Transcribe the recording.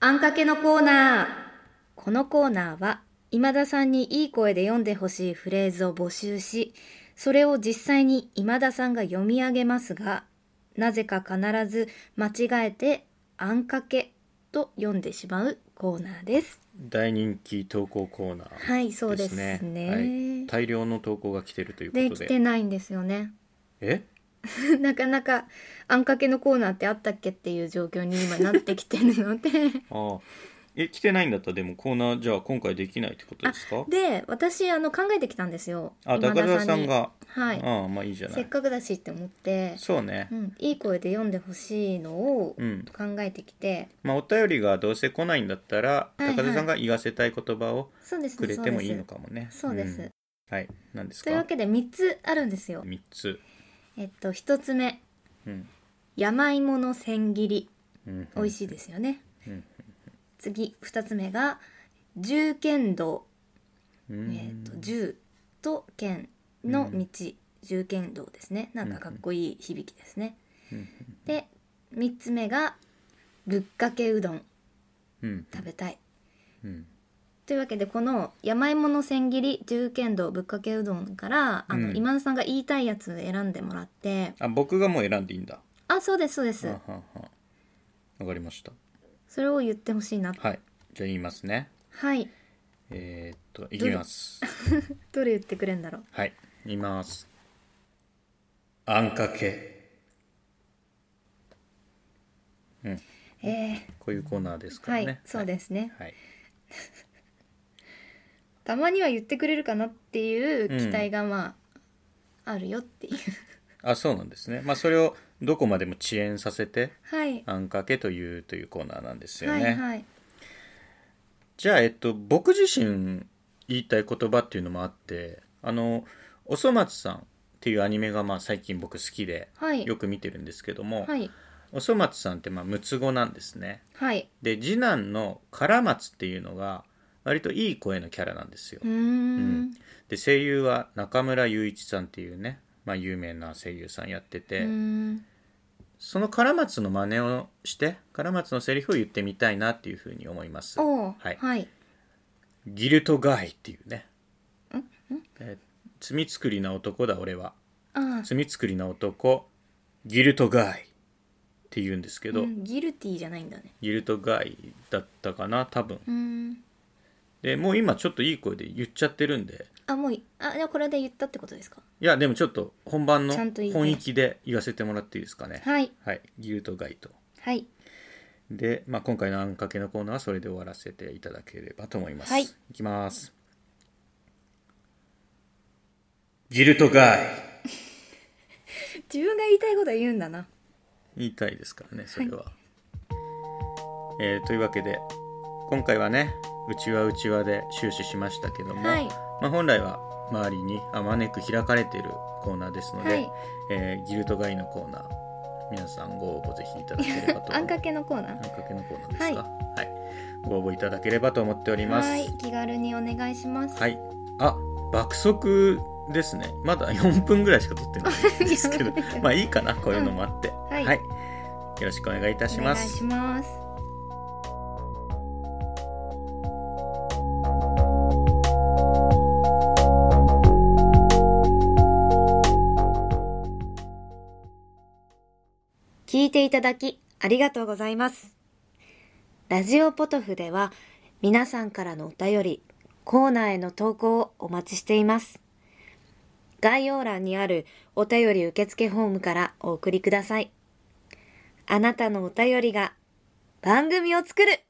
あんかけのコーナーこのコーナーは今田さんにいい声で読んでほしいフレーズを募集しそれを実際に今田さんが読み上げますがなぜか必ず間違えて「あんかけ」と読んでしまうコーナーです。大人気投稿コーナーですね。はいそうですね。はい大量の投稿が来てるというでこときで。てないんですよね。 えなかなかあんかけのコーナーってあったっけっていう状況に今なってきてるの でああ。え、来てないんだったらでもコーナーじゃあ今回できないってことですかで私あの考えてきたんですよあ、今高田さんにが。はいああ、まあいいじゃなせっい。かくだしって思って、そうねう。ん、いい声で読んでほしいのをうん。考えてきて、まあお便りがどうせ来ないんだったら、はいはい高田さんが言わせたい言葉をそうですくねれそてうもいいでのすかもね。そうです、んはい。何ですというわかけで3つあるんですよ三つ。えっと1つ目うん。山芋の千切りうん。美味しいですよね、うん次2つ目が銃剣道、うん。えっと銃と剣の道、銃剣道ですねなんかかっこいい響きですね、うんで3つ目がぶっかけうどんうん。食べたいうん。というわけでこの山芋の千切り重剣道ぶっかけうどんからあの、うん今田さんが言いたいやつを選んでもらってあ、僕がもう選んでいいんだ。あそうですそうですはははわかりました。それを言ってほしいなはい。じゃあ言いますね。はいえー、っと、いきます。どれ言ってくれんだろうはい。言います。あんかけ。えこういうコーナーですー、かはらい、ね。そうですね、はい。たまには言ってくれるかなっていううん期待がまあ、あるよっていう あ、そうなんですね。まあ、それをどこまでも遅延させて、はい、あんかけという、というコーナーなんですよはね。いはいじゃあ、えっと、僕自身言いたい言葉っていうのもあって、あの、おそ松さんっていうアニメが、まあ、最近僕好きで、はいよく見てるんですけども、はいおそ松さんって、まあ、六つ子なんですね。はいで次男の唐松っていうのが割といい声のキャラなんですようーんで声優は中村雄一さんっていうね、まあ、有名な声優さんやってうて、ーんその唐松の真似をして唐松のセリフを言ってみたいなっていうふうに思いますおうはいはいギルトガイっていうねえ罪作りな男だ俺はあ罪作りな男ギルトガイって言うんですけあ、ど、うん、ギルティーじゃないんだねギルトガイだったかな多分うーんでもう今ちょっといい声で言っちゃってるんであもういあでもこれで言ったってことですかいやでもちょっと本番のちゃんと言って本域で言わせてもらっていいですかねはいはいギルトガイとはいで、まあ、今回のあんかけのコーナーはそれで終わらせていただければと思います、はいきますギルトガイ自分が言いたいことは言うんだな言いたいですからねそれは、えーというわけで今回はねうちはうちはで終始しましたけども、はいまあ、本来は周りにあまねく開かれているコーナーですので、はいえーギルトガイのコーナー皆さんご応募ぜひいただければ とあんかけけのコーナあんーかけのコーナーですかはい、ご応募いただければと思っておりますはい気軽にお願いします はいあ爆速ですねまだ4分ぐらいしか撮ってないんで すけどやばいまあいいかなこういうのもあって、んはいよろしくお願いいたお願いします聞いていただきありがとうございますラジオポトフでは皆さんからのお便りコーナーへの投稿をお待ちしています概要欄にあるお便り受付ホームからお送りくださいあなたのお便りが番組を作る